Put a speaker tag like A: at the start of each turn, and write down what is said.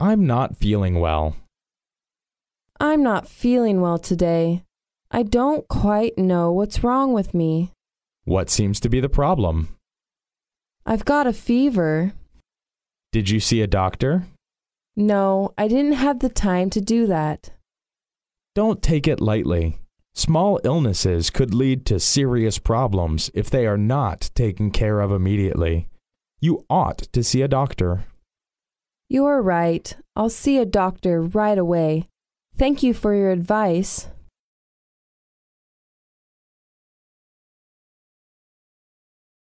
A: I'm not feeling well.
B: I'm not feeling well today. I don't quite know what's wrong with me.
A: What seems to be the problem?
B: I've got a fever.
A: Did you see a doctor?
B: No, I didn't have the time to do that.
A: Don't take it lightly. Small illnesses could lead to serious problems if they are not taken care of immediately. You ought to see a doctor.
B: You're right. I'll see a doctor right away. Thank you for your advice.